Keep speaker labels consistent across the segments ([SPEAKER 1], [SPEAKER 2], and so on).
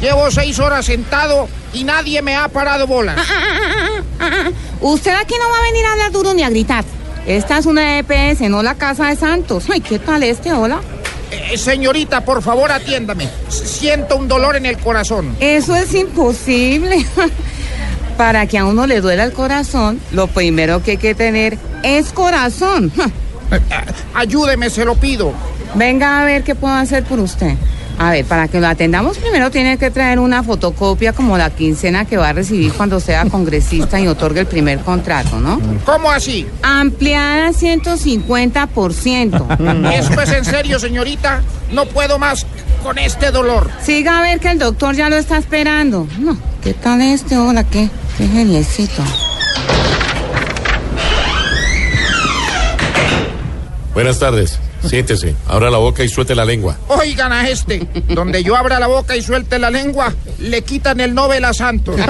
[SPEAKER 1] Llevo seis horas sentado y nadie me ha parado bola.
[SPEAKER 2] Usted aquí no va a venir a hablar duro ni a gritar. Esta es una EPS, no la casa de Santos. Ay, ¿qué tal este? Hola.
[SPEAKER 1] Eh, señorita, por favor, atiéndame. S- Siento un dolor en el corazón.
[SPEAKER 2] Eso es imposible. Para que a uno le duela el corazón, lo primero que hay que tener es corazón.
[SPEAKER 1] Eh, eh, Ayúdeme, se lo pido.
[SPEAKER 2] Venga a ver qué puedo hacer por usted. A ver, para que lo atendamos primero tiene que traer una fotocopia como la quincena que va a recibir cuando sea congresista y otorgue el primer contrato, ¿no?
[SPEAKER 1] ¿Cómo así?
[SPEAKER 2] Ampliada 150%.
[SPEAKER 1] ¿Esto es pues, en serio, señorita? No puedo más con este dolor.
[SPEAKER 2] Siga a ver que el doctor ya lo está esperando. No, ¿qué tal este? Hola, qué, qué geniecito.
[SPEAKER 3] Buenas tardes. Siéntese. Abra la boca y suelte la lengua.
[SPEAKER 1] Oigan a este. Donde yo abra la boca y suelte la lengua, le quitan el Nobel a Santos.
[SPEAKER 3] Lo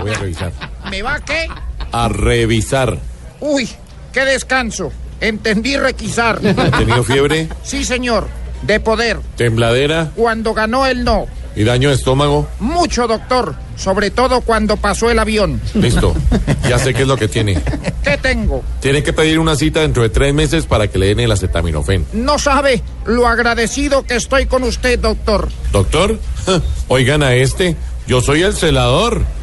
[SPEAKER 3] voy a revisar.
[SPEAKER 1] ¿Me va qué?
[SPEAKER 3] A revisar.
[SPEAKER 1] Uy, qué descanso. Entendí requisar.
[SPEAKER 3] ¿Ha tenido fiebre?
[SPEAKER 1] Sí, señor. De poder.
[SPEAKER 3] ¿Tembladera?
[SPEAKER 1] Cuando ganó el no.
[SPEAKER 3] ¿Y daño de estómago?
[SPEAKER 1] Mucho, doctor. Sobre todo cuando pasó el avión.
[SPEAKER 3] Listo. Ya sé qué es lo que tiene.
[SPEAKER 1] ¿Qué tengo?
[SPEAKER 3] Tiene que pedir una cita dentro de tres meses para que le den el acetaminofén.
[SPEAKER 1] No sabe lo agradecido que estoy con usted, doctor.
[SPEAKER 3] ¿Doctor? Oigan a este. Yo soy el celador.